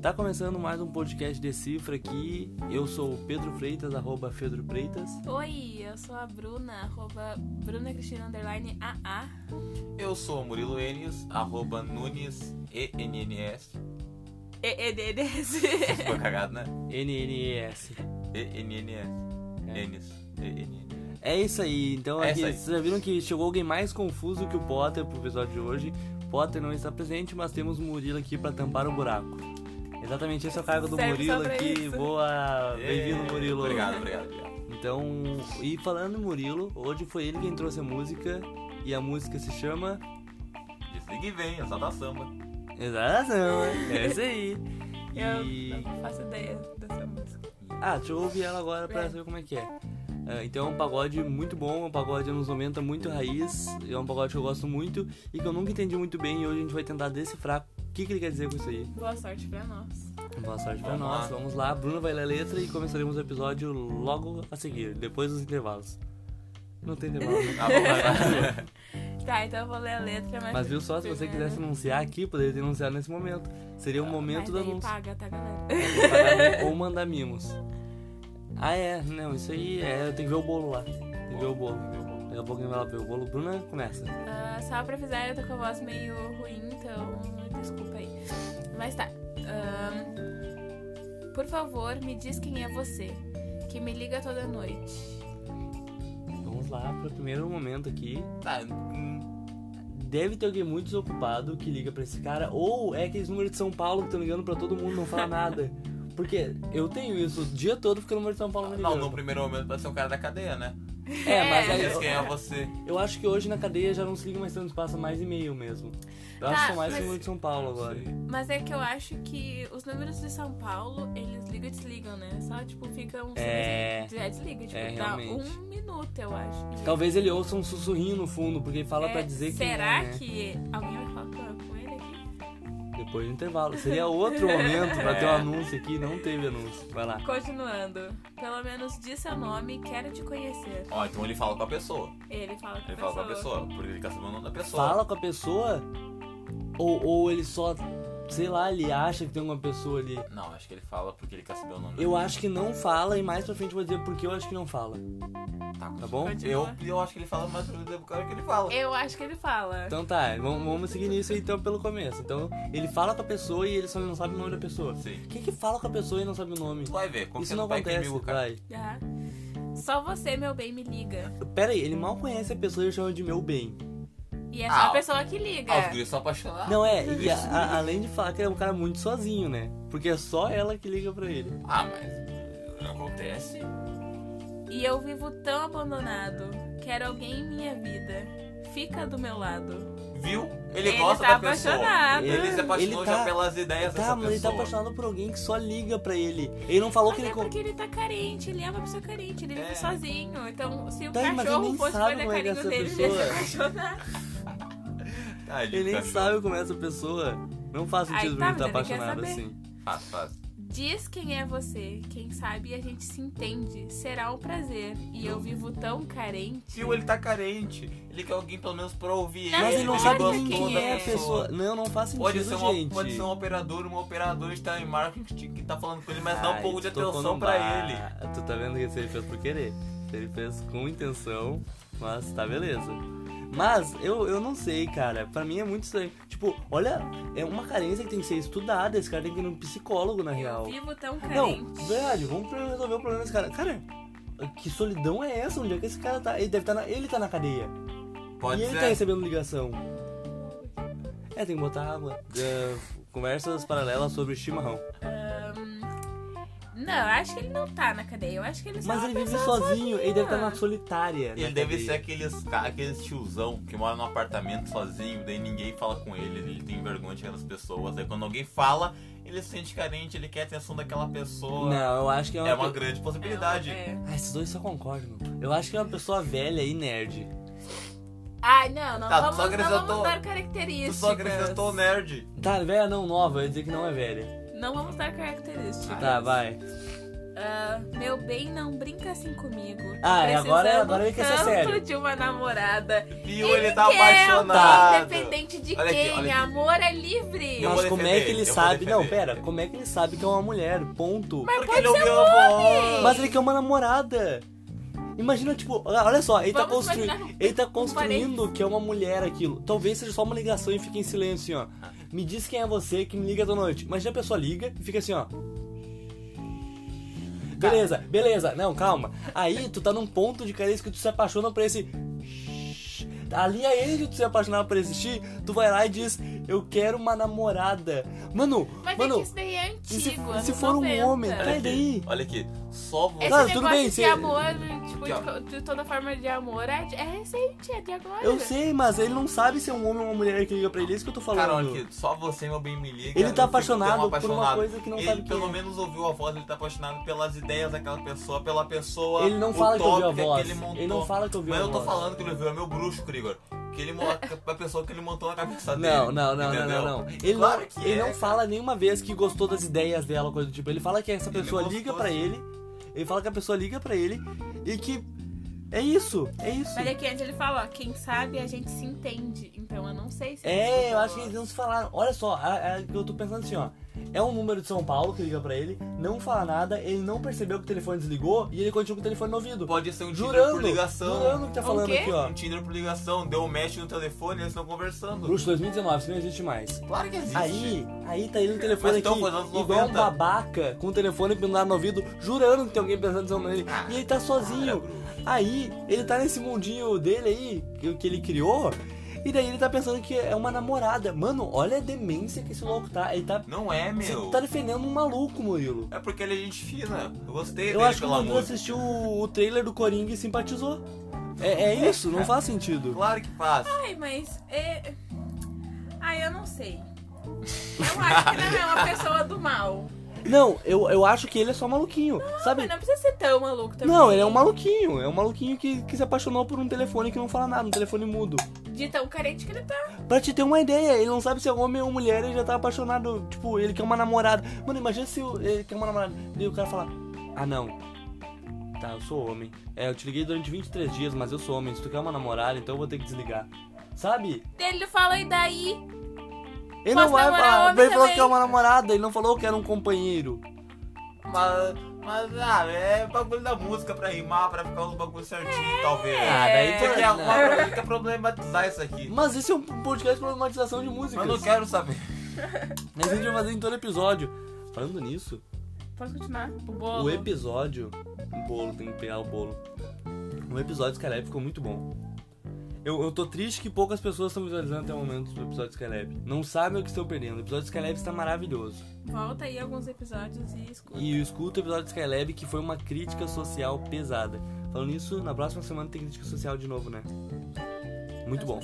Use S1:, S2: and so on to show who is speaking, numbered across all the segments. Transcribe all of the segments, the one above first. S1: Tá começando mais um podcast Decifra aqui. Eu sou o Pedro Freitas, arroba Pedro Freitas.
S2: Oi, eu sou a Bruna, arroba Bruna Cristina Underline AA.
S3: Eu sou o Murilo Enes, arroba Nunes, E-N-N-S.
S2: EEDDS.
S3: Ficou cagado, né?
S1: NNES.
S3: E-N-N-S.
S1: É.
S3: Enes. E-N-N-S.
S1: É isso aí. Então,
S3: É
S1: aqui,
S3: isso aí.
S1: vocês já viram que chegou alguém mais confuso que o Potter pro episódio de hoje. Potter não está presente, mas temos o Murilo aqui pra tampar o buraco. Exatamente, esse é o cargo do
S2: Serve só
S1: Murilo
S2: pra
S1: aqui.
S2: isso.
S1: Boa! Tá, Bem-vindo, Murilo.
S3: Obrigado, obrigado, obrigado.
S1: Então, e falando em Murilo, hoje foi ele quem trouxe a música. E a música se chama
S3: Disse que vem, é só da samba.
S1: Exato, é isso aí.
S2: Eu
S1: E...
S2: não faço ideia dessa música.
S1: Ah, deixa eu ouvir ela agora pra
S2: É.
S1: saber como é que é. Ah, então é um pagode muito bom, é um pagode anos 90, muito raiz, é um pagode que eu gosto muito e que eu nunca entendi muito bem e hoje a gente vai tentar decifrar o que, que ele quer dizer com isso aí. Então,
S2: Boa sorte pra nós.
S1: Boa sorte pra
S3: Vamos
S1: nós,
S3: lá.
S1: vamos lá, Bruno vai ler a letra e começaremos o episódio logo a seguir, depois dos intervalos. Não tem intervalo, né?
S3: Ah, vamos lá.
S2: Tá, então eu vou ler a letra, mas.
S1: Mas viu só, se você
S2: primeiro-
S1: quisesse anunciar aqui, poderia anunciar nesse momento. Seria o momento
S2: mas
S1: do
S2: daí
S1: anúncio.
S2: paga, tá, galera?
S1: Pagar ou mandar mimos. Ah, é. Não, isso aí é. Eu tenho que ver o bolo lá. Tem que ver o bolo. Daqui a pouco quem vai lá ver o bolo. Bruna, começa.
S2: Ah, só pra avisar, eu tô com a voz meio ruim, então desculpa aí. Mas tá. Ahn, por favor, me diz quem é você, que me liga toda noite.
S1: Vamos lá pro primeiro momento aqui.
S3: Tá, hum,
S1: Deve ter alguém muito desocupado que liga pra esse cara. Ou é aqueles números de São Paulo que estão ligando pra todo mundo não fala nada. Porque eu tenho isso o dia todo porque o número de São Paulo me
S3: não,
S1: ligando.
S3: no primeiro momento vai ser um cara da cadeia, né?
S1: É, mas aí,
S3: Diz
S1: eu,
S3: quem é você.
S1: eu acho que hoje na cadeia já não se liga mais tanto, passa mais e-mail mesmo. Eu acho
S2: Tá,
S1: que são mais
S2: mas-
S1: o número de São Paulo agora.
S2: Mas é que eu acho que os números de São Paulo, eles ligam e desligam, né? Só, tipo, fica um
S1: É.
S2: Já desliga, tipo,
S1: É,
S2: dá
S1: realmente.
S2: um minuto, eu acho. E-
S1: Talvez ele ouça um sussurrinho no fundo, porque ele fala
S2: é,
S1: pra dizer que.
S2: Será
S1: é, né?
S2: que alguém vai falar com- com ele aqui?
S1: Depois do intervalo. Seria outro momento pra ter um
S3: É.
S1: anúncio aqui, não teve anúncio. Vai lá.
S2: Continuando. Pelo menos diz seu nome, quero te conhecer.
S3: Ó, então ele fala com a pessoa.
S2: Ele fala com a
S3: Ele
S2: pessoa.
S3: fala com a pessoa, porque ele tá sabendo o nome da pessoa.
S1: Fala com a pessoa? Ou, ou ele só. Sei lá, ele acha que tem uma pessoa ali.
S3: Não, acho que ele fala porque ele quer saber o nome
S1: Eu acho que não fala e mais pra frente eu vou dizer porque eu acho que não fala.
S3: Tá,
S1: Tá bom?
S3: Eu,
S2: Continua.
S3: eu acho que ele fala mais pra do cara que ele fala.
S2: Eu acho que ele fala.
S1: Então tá, vamos, vamos seguir nisso então pelo começo. Então ele fala com a pessoa e ele só não sabe o nome da pessoa.
S3: Sim.
S1: Quem que fala com a pessoa e não sabe o nome?
S3: Tu vai ver, confia
S1: Isso
S3: é no
S1: não
S3: pai
S1: acontece,
S3: comigo, cara.
S1: vai.
S2: Tá. Só você, meu bem, me liga.
S1: Pera aí, ele mal conhece a pessoa e chama de meu bem.
S2: E é só
S3: Ah,
S2: a pessoa que liga.
S3: Ah, os guris são apaixonados.
S1: Não é, e a- a- além de falar que ele é um cara muito sozinho, né? Porque é só ela que liga pra ele.
S3: Ah, mas não acontece.
S2: E eu vivo tão abandonado. Quero alguém em minha vida. Fica do meu lado.
S3: Viu? Ele,
S2: Ele
S3: gosta
S2: tá
S3: da pessoa. Então
S2: apaixonado.
S3: Ele se apaixonou
S1: Ele
S3: já
S1: tá-
S3: pelas ideias
S1: Tá,
S3: dessa
S1: mas
S3: pessoa.
S1: ele tá apaixonado por alguém que só liga pra ele. Ele não falou
S2: Mas
S1: que
S2: é
S1: ele.
S2: porque ele tá carente, ele é uma pessoa carente, ele
S3: É.
S2: vive sozinho. Então, se o
S1: Tá, mas ele
S2: cachorro
S1: nem
S2: fosse
S1: sabe
S2: fazer
S1: como é que
S2: carinho
S1: essa
S2: dele, ele ia se apaixonar.
S3: Ah,
S1: Ele nem
S3: tá
S1: sabe como é essa pessoa. Não faz
S2: Aí
S1: sentido
S2: tá,
S1: ele tá
S2: mas ele quer
S1: apaixonado
S2: saber.
S1: assim.
S3: Faz, faz.
S2: Diz quem é você, quem sabe a gente se entende. Será um prazer. E eu vivo tão carente.
S3: Tio, ele tá carente. Ele quer alguém pelo menos pra ouvir
S2: Mas
S1: Mas
S2: ele
S1: ele não
S2: não
S1: sabe
S3: gostou
S2: quem
S1: quem
S3: da
S1: é a pessoa. Não, não faz sentido,
S3: Pode ser, uma,
S1: gente.
S3: pode ser um operador, uma operadora de telemarketing que tá falando com ele, mas dá
S1: Ai,
S3: um pouco de
S1: Ah, tu tocou
S3: atenção
S1: no
S3: pra
S1: bar.
S3: ele.
S1: Tu tá vendo que isso ele fez por querer. Ele fez com intenção, mas tá beleza. Mas eu, eu não sei, cara. Pra mim é muito estranho. Tipo, olha, é uma carência que tem que ser estudada. Esse cara tem que ir num psicólogo, na
S2: Eu
S1: real.
S2: vivo tão carente.
S1: Não, verdade, vamos pra- resolver o problema desse cara. Cara, que solidão é essa? Onde é que esse cara tá? Ele deve tá na, ele tá na cadeia.
S3: Pode
S1: e
S3: ser.
S1: ele tá recebendo ligação. É, tem que botar água. É, conversas paralelas sobre chimarrão.
S2: Não, eu acho que ele não tá na cadeia. Eu acho que ele só é
S1: Mas
S2: uma
S1: ele vive
S2: pessoa
S1: sozinho, ele deve estar
S2: sozinha.
S1: na solitária. né,
S3: Ele deve ser aqueles, ca- aqueles tiozão que mora num apartamento sozinho, daí ninguém fala com ele, ele tem vergonha de aquelas pessoas. Aí quando alguém fala, ele se sente carente, ele quer a atenção daquela pessoa.
S1: Não, eu acho que é uma.
S3: É uma grande possibilidade.
S2: É.
S1: Ah, esses dois só concordam. Eu acho que é uma pessoa velha e nerd.
S2: Ai, não, não
S3: Tá, tu
S2: vamos,
S3: só
S2: não vamos
S3: acrescentou-
S2: dar
S3: Tu
S2: características.
S3: só acrescentou né? o nerd.
S1: Tá, velha não, nova, eu ia dizer que não é velha.
S2: Ah, Não vamos dar características.
S1: Tá, vai.
S2: ah, meu bem, não brinca assim comigo.
S1: Ah, e agora-
S2: Precisando
S1: agora ele quer ser
S2: tanto
S1: sério.
S2: de uma namorada.
S3: Viu? Ele, tá
S2: quer
S1: Tá.
S3: apaixonado.
S2: Independente de
S3: Olha aqui,
S2: quem,
S3: olha aqui.
S2: amor é livre.
S3: Eu
S1: Mas
S3: vou
S1: como é
S3: defender,
S1: que ele
S3: eu vou
S1: sabe? Não,
S3: defender.
S1: pera, como é que ele sabe que é uma mulher? Ponto.
S2: Mas
S3: Porque
S2: pode
S3: ele é
S2: ser
S3: ouviu
S2: um
S3: a
S2: homem.
S3: voz.
S1: Mas ele quer uma namorada. Imagina, tipo, ah, olha só, ele tá,
S2: Vamos
S1: construindo,
S2: imaginar
S1: ele tá
S2: parênteses.
S1: construindo que é uma mulher aquilo. Talvez seja só uma ligação e fique em silêncio, assim, ó. Me diz quem é você que me liga da noite. Imagina a pessoa liga e fica assim, ó.
S2: Tá.
S1: Beleza, beleza. Não, calma. Aí tu tá num ponto de carência que tu se apaixona por esse. Ali a ele que tu se apaixonar por esse X, tu vai lá e diz, eu quero uma namorada. Mano,
S2: Mas é
S1: mano,
S2: que isso daí é
S1: e se,
S2: antigo.
S1: e se
S2: anos
S1: for
S2: 90.
S1: um homem,
S3: Olha
S1: cai daí.
S3: aqui, olha aqui. Só
S2: Esse
S3: você.
S1: Claro,
S2: negócio
S1: tudo bem,
S2: de
S1: você-
S2: amor, tipo,
S3: Aqui,
S2: de, de toda forma de amor, é, é recente, é de agora.
S1: Eu sei, mas ele não sabe se é um homem ou uma mulher que liga pra ele, é isso que eu tô falando.
S3: Cara, olha aqui. Só você, meu bem, me liga.
S1: Ele tá
S3: eu fico tão
S1: apaixonado por uma
S3: apaixonado.
S1: coisa que não
S3: ele
S1: sabe que
S3: pelo
S1: é.
S3: menos ouviu a voz, ele tá apaixonado pelas ideias daquela pessoa, pela pessoa.
S1: Ele não
S3: o
S1: fala que ouviu a
S3: tópico é
S1: voz.
S3: Que ele, montou.
S1: Ele não fala que ouviu
S3: Mas
S1: a
S3: eu tô
S1: voz.
S3: falando que ele ouviu, é meu bruxo, Krigor. Que ele, mo- a pessoa que ele montou na cabeça dele.
S1: Não, não, não, não,
S3: entendeu?
S1: não, não. Ele,
S3: Claro
S1: não,
S3: que
S1: ele
S3: é,
S1: não
S3: cara.
S1: fala nenhuma vez que gostou das ideias dela, coisa do tipo. Ele fala que essa
S3: Ele
S1: pessoa
S3: gostou,
S1: liga pra
S3: sim.
S1: ele, ele fala que a pessoa liga pra ele e que é isso, é isso.
S2: Mas é que antes ele fala, ó, quem sabe a gente se entende. Então eu não sei se.
S1: É, eu acho que
S2: ele
S1: eles
S2: escuta
S1: não se falaram. Olha só, a- a- eu tô pensando assim, ó. É um número de São Paulo que liga pra ele, não fala nada, ele não percebeu que o telefone desligou e ele continua com o telefone no ouvido.
S3: Pode ser um Tinder
S1: jurando,
S3: por ligação.
S1: jurando que tá
S2: Um
S1: falando
S2: quê?
S1: aqui, ó.
S3: Um Tinder por ligação, deu um match no telefone e eles estão conversando.
S1: Bruxo 2019, isso não existe mais.
S3: Claro que existe.
S1: Aí, aí tá ele no telefone
S3: Mas
S1: aqui,
S3: tão foi nos anos
S1: igual um
S3: 90.
S1: babaca, com o telefone pendurado no ouvido, jurando que tem alguém pensando em cima dele.
S3: Ah,
S1: E ele tá
S3: Cara,
S1: sozinho.
S3: Bruno.
S1: Aí, ele tá nesse mundinho dele aí, que, que ele criou, e daí ele tá pensando que é uma namorada. Mano, olha a demência que esse louco tá. Ele tá.
S3: Não é, meu.
S1: Você tá defendendo um maluco, Murilo.
S3: É porque ele é gente fina. Eu gostei
S1: Eu
S3: dele
S1: acho que o
S3: pela
S1: Murilo
S3: música.
S1: assistiu o, o trailer do Coringa e simpatizou. É, é isso, não faz sentido.
S3: Claro que faz.
S2: Ai, mas. É... Ai, eu não sei. Eu acho que não é uma pessoa do mal.
S1: Não, eu, eu acho que ele é só maluquinho. Sabe,
S2: Mas não precisa ser tão maluco também.
S1: Não, ele é um maluquinho. É um maluquinho que, que se apaixonou por um telefone que não fala nada, um telefone mudo.
S2: De tão carente que ele tá.
S1: Pra te ter uma ideia, ele não sabe se é homem ou mulher, ele já tá apaixonado. Tipo, ele quer uma namorada. Mano, imagina se o- ele quer uma namorada. E o cara fala: Ah, não. Tá, eu sou homem. É, eu te liguei durante 23 dias, mas eu sou homem. Se tu quer uma namorada, então eu vou ter que desligar. Sabe?
S2: Ele fala, e daí?
S1: Ele
S2: Posso
S1: não vai
S2: namorar
S1: falar.
S2: homem
S1: Ele falou
S2: também.
S1: que é uma namorada, ele não falou que era um companheiro.
S3: Mas, mas, ah, é bagulho da música pra rimar, pra ficar uns bagulhos certinho, talvez.
S1: Ah, daí
S3: Você
S1: tu-
S3: quer arrumar
S1: não.
S3: pra mim, quer problematizar isso aqui.
S1: Mas esse é um podcast de problematização de músicas.
S3: Mas não quero saber.
S1: Mas a gente vai fazer em todo episódio. Falando nisso,
S2: Posso continuar? O
S1: O
S2: bolo.
S1: episódio. O bolo, tem que pegar o bolo. O episódio de Skylab ficou muito bom. Eu, eu tô triste que poucas pessoas estão visualizando até o momento o episódio de Skylab. Não sabem o que estão perdendo. O episódio de Skylab está maravilhoso.
S2: Volta aí alguns episódios e escuta.
S1: E eu escuto o episódio de Skylab, que foi uma crítica social pesada. Falando nisso, na próxima semana tem crítica social de novo, né? Muito bom.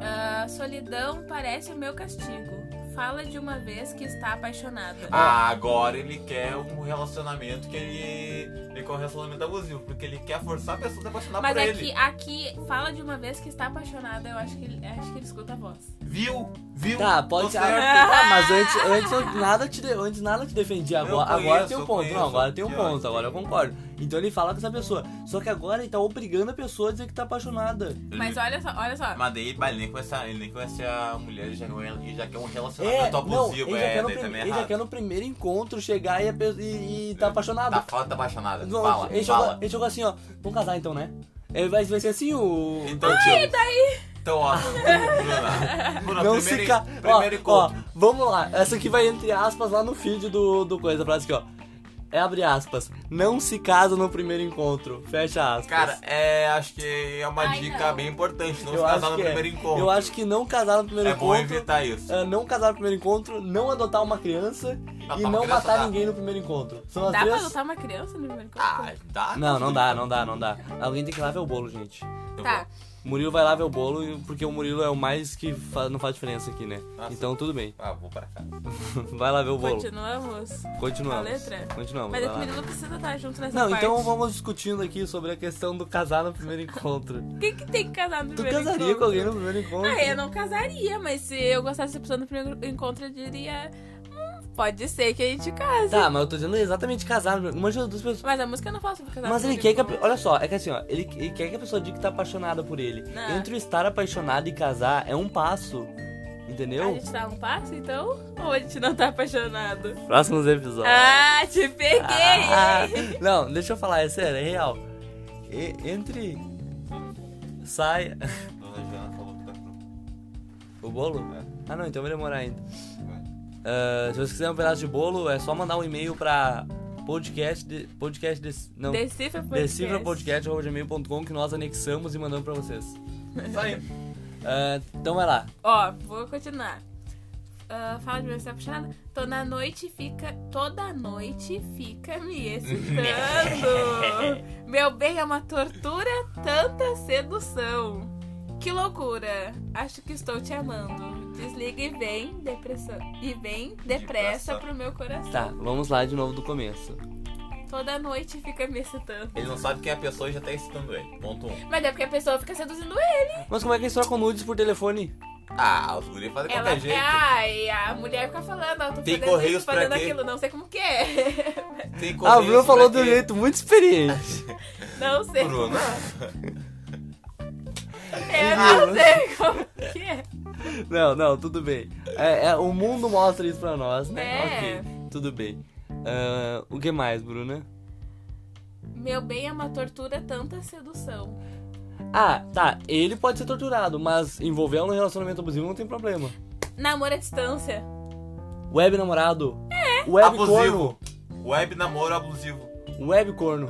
S2: Ah, solidão parece o meu castigo. Fala de uma vez que está apaixonada.
S3: Ah, agora ele quer um relacionamento que ele. Ele quer um relacionamento abusivo, porque ele quer forçar a pessoa a se apaixonar
S2: Mas
S3: por
S1: é
S2: aqui,
S3: ele.
S2: aqui, fala de uma vez que está apaixonada, eu acho que ele, acho que ele escuta a voz.
S3: Viu? Viu?
S1: Tá, pode
S3: Tô
S1: ser.
S3: certo.
S1: Ah, tá, mas antes, antes, nada te, de- antes nada te defendia.
S3: Eu
S1: Agora,
S3: conheço,
S1: agora tem um
S3: eu
S1: ponto.
S3: conheço.
S1: Não, agora tem um
S3: Eu
S1: ponto,
S3: sei.
S1: agora eu concordo. Então ele fala com essa pessoa. Só que agora ele tá obrigando a pessoa a dizer que tá apaixonada.
S2: Mas olha só, olha só.
S3: Mas daí bah, ele nem conhece a, ele nem conhece a mulher ele já, ele já quer um
S1: É,
S3: relacionamento
S1: não,
S3: abusivo,
S1: ele, já
S3: é,
S1: quer, no
S3: daí
S1: prim-
S3: também é
S1: ele já
S3: errado.
S1: quer um no primeiro encontro chegar e, a pe- e, e tá apaixonado.
S3: Tá falta apaixonada.
S1: Não,
S3: fala,
S1: ele, jogou,
S3: fala.
S1: ele jogou assim, ó. Vamos casar então, né? É, vai, vai ser assim o. é
S3: Então, tio, Então, ó, Bruna, Bruna,
S1: Não
S3: primeiro,
S1: se ca...
S3: primeiro
S1: ó, ó,
S3: encontro.
S1: vamos lá. Essa aqui vai entre aspas lá no feed do, do coisa, a frase aqui, ó. É abre aspas. Não se casa no primeiro encontro. Fecha aspas.
S3: Cara, é, acho que é uma
S2: Ai,
S3: dica
S2: não.
S3: bem importante, não
S1: eu
S3: se casar
S1: acho
S3: no
S1: que é.
S3: primeiro encontro.
S1: Eu acho que não casar no primeiro
S3: é bom
S1: encontro.
S3: evitar isso.
S1: é, não casar no primeiro encontro, não adotar uma criança
S3: Adotar
S1: e
S3: uma
S1: não
S3: criança
S1: matar
S3: dá.
S1: ninguém no primeiro encontro. São as
S2: Dá pra
S1: três.
S2: adotar uma criança no primeiro encontro?
S3: Ah, dá.
S1: Não, não dá, não dá, não dá. Alguém tem que ir lá ver o bolo, gente.
S3: Eu
S2: tá.
S3: vou-
S1: O Murilo vai lá ver o bolo, e- porque o Murilo é o mais que fa- não faz diferença aqui, né?
S3: Nossa.
S1: Então tudo bem.
S3: Ah, vou pra casa.
S1: Vai lá ver o bolo.
S2: Continuamos.
S1: Continuamos.
S2: A letra?
S1: Continuamos.
S2: Mas é
S1: vai
S2: que o
S1: lá.
S2: menino precisa estar junto nessa
S1: Não,
S2: parte.
S1: então vamos discutindo aqui sobre a questão do casar no primeiro encontro.
S2: Quem que tem que casar no
S1: tu
S2: primeiro
S1: casaria
S2: encontro?
S1: com alguém no primeiro encontro?
S2: Ah, eu não casaria, mas se eu gostasse dessa pessoa no primeiro encontro, eu diria. "Hum, Pode ser que a gente case.
S1: Tá, mas eu tô dizendo exatamente casar. Uma de duas pessoas.
S2: Mas a música eu não falo sobre casamento.
S1: Mas ele quer que a pe- Olha só, é que assim, ó, ele, ele quer que a pessoa diga que tá apaixonada por ele.
S2: Não.
S1: Entre o estar apaixonado e casar é um passo.
S2: A
S1: Entendeu?
S2: gente dá um passo, então? Ou a gente não tá apaixonado?
S1: Próximos episódios.
S2: Ah, te peguei!
S1: Ah, não, deixa eu falar, é sério, é real. E- entre. Sai.
S3: Dona Joana falou que tá pronto.
S1: O bolo?
S3: É.
S1: Ah não, então vai demorar ainda.
S3: Vai.
S1: Ah, se você quiser um pedaço de bolo, é só mandar um e-mail pra podcast. De, podcast. De, não.
S2: Decifra Podcast.
S1: decifrapodcast.gmail.com que nós anexamos e mandamos pra vocês.
S2: É
S3: Isso aí.
S1: Ah, então vai lá.
S2: Ó, vou continuar. Ah, fala de mim, você tá apaixonada? Tô na noite fica. Toda noite fica me excitando. Meu bem, é uma tortura, tanta sedução. Que loucura! Acho que estou te amando. Desliga e vem, depressão. E vem depressa
S3: Depressa.
S2: pro meu coração.
S1: Tá, vamos lá de novo do começo.
S2: Toda noite fica me excitando.
S3: Ele não sabe quem é a pessoa e já tá excitando ele. Ponto 1. Um.
S2: Mas é porque a pessoa fica seduzindo ele.
S1: Mas como é que eles trocam nudes por telefone?
S3: Ah, os guris fazem
S2: Ela
S3: qualquer jeito.
S2: ai, a mulher fica falando, ó, tô
S3: Tem
S2: fazendo
S3: correios
S2: isso,
S3: pra
S2: fazendo
S3: quê?
S2: aquilo, não sei como que é.
S3: Tem
S1: Ah, o Bruno
S3: correios
S1: falou
S3: pra
S1: do
S3: quê?
S1: jeito muito experiente.
S2: Não sei.
S3: Bruno.
S2: É, Eu não sei como que é.
S1: Não, não, tudo bem. É, é, o mundo mostra isso pra nós, né?
S2: É.
S1: Ok, tudo bem. Ah, o que mais, Bruna?
S2: Meu bem é uma tortura, tanta sedução.
S1: Ah, tá, ele pode ser torturado, mas envolver um relacionamento abusivo não tem problema.
S2: Namoro à distância.
S1: Web namorado. É. Web
S3: abusivo. Web namoro abusivo.
S1: corno. Web corno.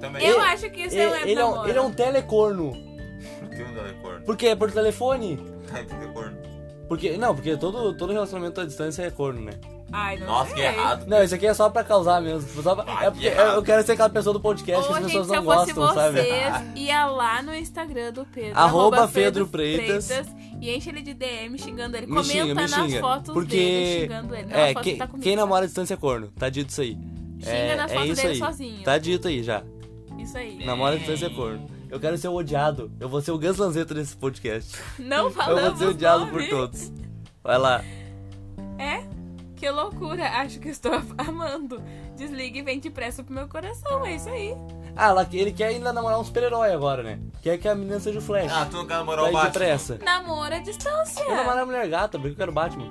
S3: Também.
S2: Eu acho que isso é um
S1: ele, é um,
S2: namoro.
S1: ele é um telecorno.
S3: Tem um telecorno.
S1: Por quê? É por telefone?
S3: Tem telecorno.
S1: Porque, não, porque todo, todo relacionamento à distância é corno, né?
S2: Ai, não
S3: Nossa, que
S2: sei.
S3: errado.
S1: Não, isso aqui é só pra causar mesmo. Só pra-
S3: Ah,
S1: é porque
S3: que errado.
S1: eu quero ser aquela pessoa do podcast
S2: Ou,
S1: que as
S2: gente,
S1: pessoas
S2: se eu
S1: não
S2: fosse
S1: gostam, sabe?
S2: vocês, ia lá no Instagram do Pedro.
S1: Arroba Pedro Freitas.
S2: Freitas, E enche ele de DM xingando ele.
S1: Me
S2: Comenta
S1: xinga, me
S2: nas
S1: xinga.
S2: fotos
S1: porque
S2: dele xingando ele. Não,
S1: é,
S2: a foto
S1: quem,
S2: tá comigo.
S1: quem namora à distância é corno. Tá dito isso aí.
S2: Xinga
S1: É,
S2: nas
S1: é
S2: fotos
S1: isso
S2: dele
S1: aí.
S2: sozinho.
S1: Tá dito aí já.
S2: Isso aí.
S1: Namora à distância é corno. Eu quero ser o odiado. Eu vou ser o Gus Lanzetta desse podcast.
S2: Ah, Não
S1: eu
S2: falamos
S1: vou ser odiado
S2: nome.
S1: por todos. Vai lá.
S2: É? Que loucura, acho que estou amando. Desliga e vem depressa pro meu coração, é isso aí.
S1: Ah, ela- ele quer ainda namorar um super-herói agora, né? Quer que a menina seja o Flash.
S3: Ah, tu não quer namorar o
S1: Vai
S3: Batman?
S1: depressa.
S2: Namoro à distância.
S1: Eu namoro a mulher gata, porque eu quero Batman.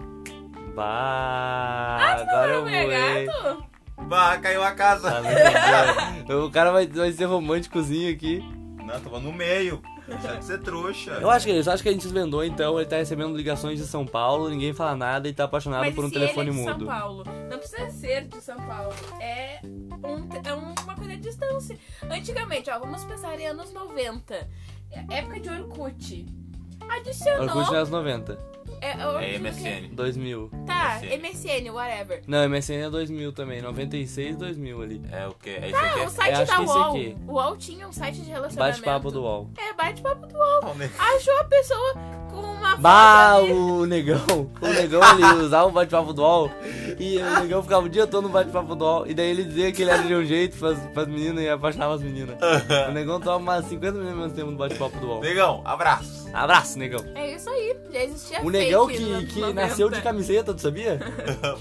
S1: Bah, agora eu
S2: Namoro é
S1: voei.
S2: gato?
S3: Bah, caiu
S1: Tá
S3: a casa.
S1: me entendendo? o cara vai, vai ser românticozinho aqui.
S3: Não, tava no meio. Deixa de ser trouxa.
S1: Eu acho que é isso, acho que a gente desvendou então. Ele tá recebendo ligações de São Paulo, ninguém fala nada e tá apaixonado
S2: Mas
S1: por um
S2: se
S1: telefone
S2: ele é de São
S1: mudo.
S2: Paulo? Não precisa ser de São Paulo. É, um te- é uma coisa à distância. Antigamente, ó, vamos pensar em anos 90. é- Época de Orkut. Adicionou.
S1: Orkut nos 90,
S2: É,
S3: É
S2: Orkut-
S3: MSN.
S1: 2000.
S2: Tá,
S3: MSN.
S2: MSN, whatever.
S1: Não, MSN é 2000 também, 96, 2000 ali.
S3: É o quê? É isso aqui.
S2: O site
S1: acho
S2: da
S1: que esse
S2: UOL.
S1: aqui.
S2: O UOL tinha um site de relacionamento.
S1: Bate-papo do UOL.
S2: É, bate-papo do UOL.
S3: Não, né?
S2: Achou a pessoa com uma
S1: Bah,
S2: foto ali.
S1: o negão, o negão ele usava o bate-papo do UOL e o negão ficava o dia todo no bate-papo do UOL e daí ele dizia que ele era de um jeito pras, pras meninas e apaixonava as meninas. O negão tava umas 50 meninas ao mesmo tempo no bate-papo do UOL.
S3: Negão, abraço.
S1: Abraço, negão.
S2: É isso aí, já existia
S1: O
S2: É fake
S1: negão
S2: nos
S1: que,
S2: anos
S1: que
S2: 90.
S1: nasceu de camiseta, tu sabia?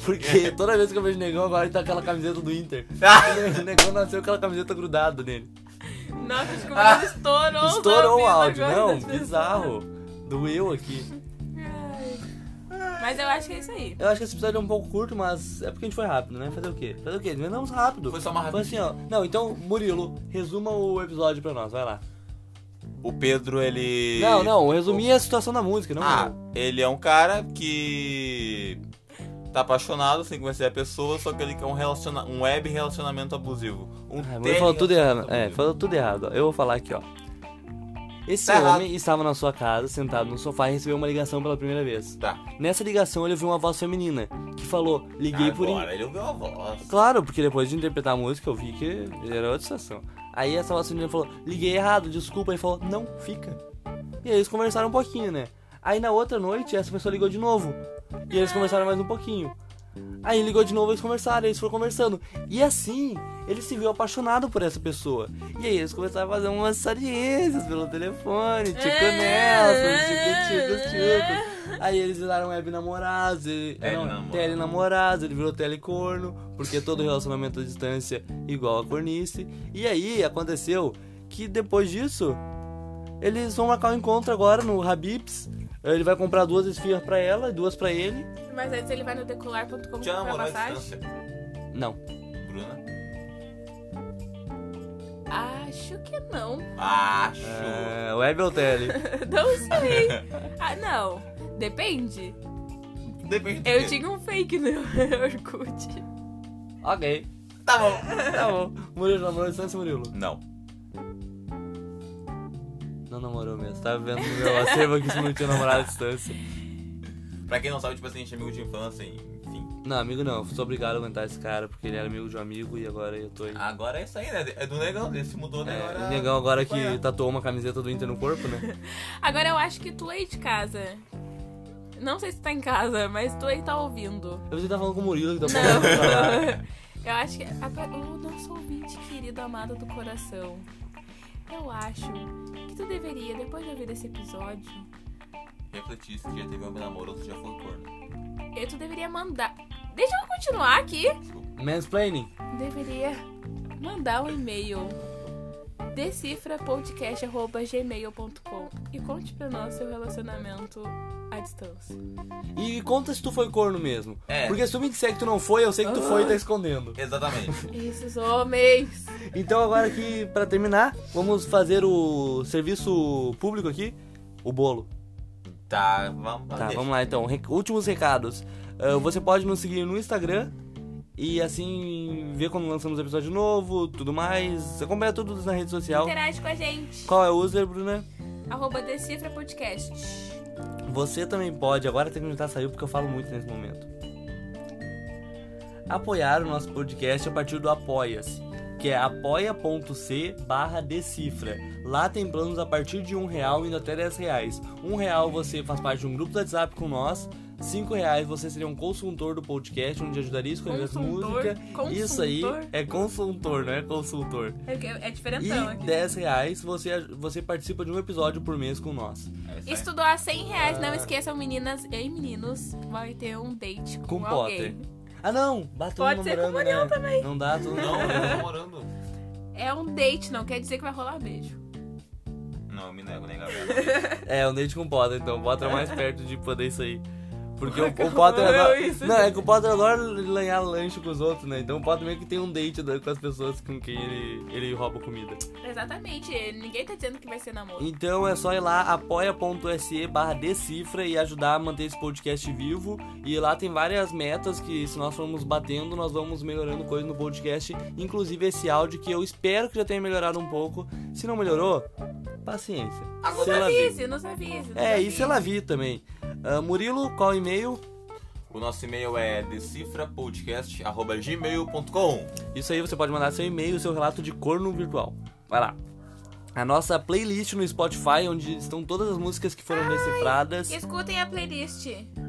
S1: Porque toda vez que eu vejo o negão agora ele tá com aquela camiseta do Inter. O negão nasceu com aquela camiseta grudada nele.
S2: Nossa, descobrimos estourou os
S1: Estourou o
S2: ouvidos
S1: áudio,
S2: agora
S1: não,
S2: das pessoas.
S1: bizarro. Doeu aqui.
S2: Ai. Mas eu acho que é isso aí.
S1: Eu acho que esse episódio é um pouco curto, mas é porque a gente foi rápido, né? Fazer o quê? Fazer o quê? Vendamos rápido.
S3: Foi só uma
S1: Foi assim, ó. Não, então, Murilo, resuma o episódio pra nós, vai lá.
S3: O Pedro, ele.
S1: Não, não, eu resumi a situação da música, não.
S3: Ah,
S1: eu.
S3: ele é um cara que. Tá apaixonado sem conhecer a pessoa, só que ele quer um, relaciona... um web relacionamento abusivo. Um
S1: Ah, Murilo
S3: tele-
S1: falou tudo errado.
S3: relacionamento
S1: É,
S3: abusivo.
S1: falou tudo errado. ó. Eu vou falar aqui, ó. Esse
S3: Tá errado.
S1: homem estava na sua casa, sentado no sofá e recebeu uma ligação pela primeira vez.
S3: Tá.
S1: Nessa ligação ele ouviu uma voz feminina que falou: "Liguei por in-
S3: Agora ele ouviu a voz.
S1: Claro, porque depois de interpretar a música eu vi que era outra situação. Aí essa vacilina falou, liguei errado, desculpa, e falou, não, fica. E aí eles conversaram um pouquinho, né? Aí na outra noite essa pessoa ligou de novo. E eles conversaram mais um pouquinho. Aí ligou de novo, eles conversaram, eles foram conversando. E assim, ele se viu apaixonado por essa pessoa. E aí eles começaram a fazer umas saliências pelo telefone, tico Nelson, tipo, tico, tico, tico. Aí eles viraram web namorados, ele,
S3: Tele
S1: não,
S3: namorado.
S1: tele namorados, ele virou telecorno, porque todo relacionamento à distância é igual a cornice. E aí aconteceu que depois disso, eles vão marcar um encontro agora no Habibs. Ele vai comprar duas esfirras pra ela e duas pra ele.
S2: Mas antes ele vai no decolar.com comprar
S3: Já namorou à
S2: passagem.
S3: distância?
S1: Não.
S3: Bruna?
S2: Acho que não.
S3: Acho.
S1: É, web ou tele?
S2: Não sei. Ah, não. Depende.
S3: Depende do
S2: Eu
S3: quê?
S2: tinha um fake no Orkut.
S1: ok.
S3: Tá bom.
S1: Tá bom. Murilo namorou à distância, Murilo?
S3: Não.
S1: Não namorou mesmo. Tava vendo no meu acervo aqui se não tinha namorado à distância.
S3: Pra quem não sabe, tipo assim, a gente é amigo de infância, enfim.
S1: Não, amigo não. Sou obrigado a aguentar esse cara, porque ele era amigo de um amigo e agora eu tô aí.
S3: Agora é isso aí, né? É do negão, ele se mudou, né?
S1: É,
S3: Agora-
S1: o negão agora que
S3: Olha.
S1: tatuou uma camiseta do Inter no corpo, né?
S2: Agora eu acho que tu aí de casa. Não sei se tá em casa, mas tu aí tá ouvindo.
S1: Eu pensei que tava falando com o Murilo que tá falando.
S2: Não. Eu acho que. apa- Ô, nosso ouvinte querido, amado do coração. Eu acho que tu deveria, depois de ouvir esse episódio,
S3: Refletir se já teve um namoro ou se já foi corno.
S2: eh, tu deveria mandar. Deixa eu continuar aqui.
S1: Mansplaining.
S2: Deveria mandar um e-mail. decifrapodcast.gmail.com e conte pra nós seu relacionamento à distância.
S1: E conta se tu foi corno mesmo.
S3: É.
S1: Porque se tu me disser que tu não foi, eu sei que tu foi e tá escondendo.
S3: Exatamente.
S2: Esses homens!
S1: Então agora aqui, pra terminar, vamos fazer o serviço público aqui. O bolo.
S3: tá, vamos
S1: Tá, vamos lá então. Re- Últimos recados. Ah, você pode nos seguir no Instagram e assim ver quando lançamos episódio novo, tudo mais. Acompanha tudo na rede social.
S2: Interage com a gente!
S1: Qual é o user, Bruna?
S2: Arroba Decifra Podcast.
S1: Você também pode, agora tem que tentar saiu porque eu falo muito nesse momento. Apoiar o nosso podcast a partir do Apoia-se, que é apoia.c barra decifra. Lá tem planos a partir de um real indo até 10 reais. Um real você faz parte de um grupo do WhatsApp com nós. Cinco reais você seria um consultor do podcast, onde ajudaria a escolher as
S2: Consultor?
S1: músicas. Isso aí
S2: Consultor?
S1: é consultor, não é consultor.
S2: É, que- é
S1: E
S2: diferentão aqui.
S1: 10 reais você, você participa de um episódio por mês com nós.
S3: É isso aí.
S2: Isso doar 100 reais, não esqueçam, meninas e meninos, vai ter um date com,
S1: Com
S2: alguém.
S1: Potter. Ah, não! Bato
S2: Pode ser com o Murilo
S1: também. É. Não dá, tudo
S3: Não,
S1: não.
S3: eu tô namorando.
S2: É um date, não quer dizer que vai rolar beijo.
S3: Não, eu me nego, nem Gabriel.
S1: É, eu date com o Potter, então. O Potter é mais perto de poder isso aí. Porque o, o
S2: Acabou
S1: Potter agora.
S2: isso.
S1: Não, é que o Potter agora lanhar lanche com os outros, né? Então o Potter meio que tem um date com as pessoas com quem ele, ele rouba comida.
S2: Exatamente, ninguém tá dizendo que vai ser namoro.
S1: Então é só ir lá, apoia.se barra decifra e ajudar a manter esse podcast vivo. E lá tem várias metas que se nós formos batendo, nós vamos melhorando coisas no podcast. Inclusive esse áudio que eu espero que já tenha melhorado um pouco. Se não melhorou, paciência.
S2: Nos
S1: Sei lá,
S2: avise, nos avise. nos
S1: É,
S2: avise.
S1: isso ela vi também. Ah, Murilo, qual e-mail?
S3: O nosso e-mail é decifrapodcast.gmail.com
S1: Isso aí você pode mandar seu e-mail, seu relato de corno virtual. Vai lá. A nossa playlist no Spotify, onde estão todas as músicas que foram decifradas.
S2: Escutem a playlist,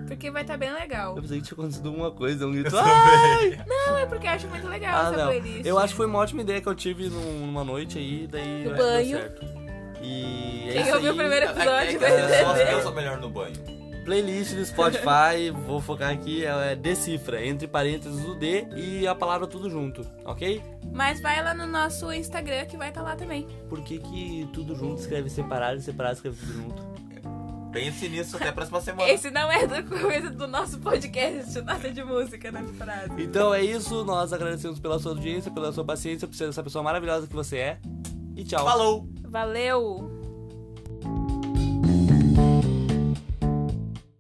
S2: porque vai estar bem legal.
S1: Eu pensei que tinha acontecido alguma coisa, um grito. "Ai!"
S2: Não, é porque eu acho muito legal
S1: Ah,
S2: essa
S1: não.
S2: playlist.
S1: Eu acho que foi uma ótima ideia que eu tive num- numa noite aí, daí
S2: No
S1: eu-
S2: banho.
S1: deu certo. E é
S2: Quem
S1: isso aí.
S2: ouviu o primeiro
S3: É
S2: episódio
S3: que
S2: vai
S3: as pessoas
S2: entender.
S3: pensam melhor no banho.
S1: Playlist do Spotify, vou focar aqui, é decifra, entre parênteses o D e a palavra tudo junto, ok?
S2: Mas vai lá no nosso Instagram que vai estar lá também.
S1: Por que, que tudo junto escreve separado e separado escreve tudo junto?
S3: Pense nisso até a próxima semana.
S2: Esse não é da coisa do nosso podcast, nada de música na frase.
S1: Então é isso, nós agradecemos pela sua audiência, pela sua paciência, por ser essa pessoa maravilhosa que você é. E tchau.
S3: Falou!
S2: Valeu!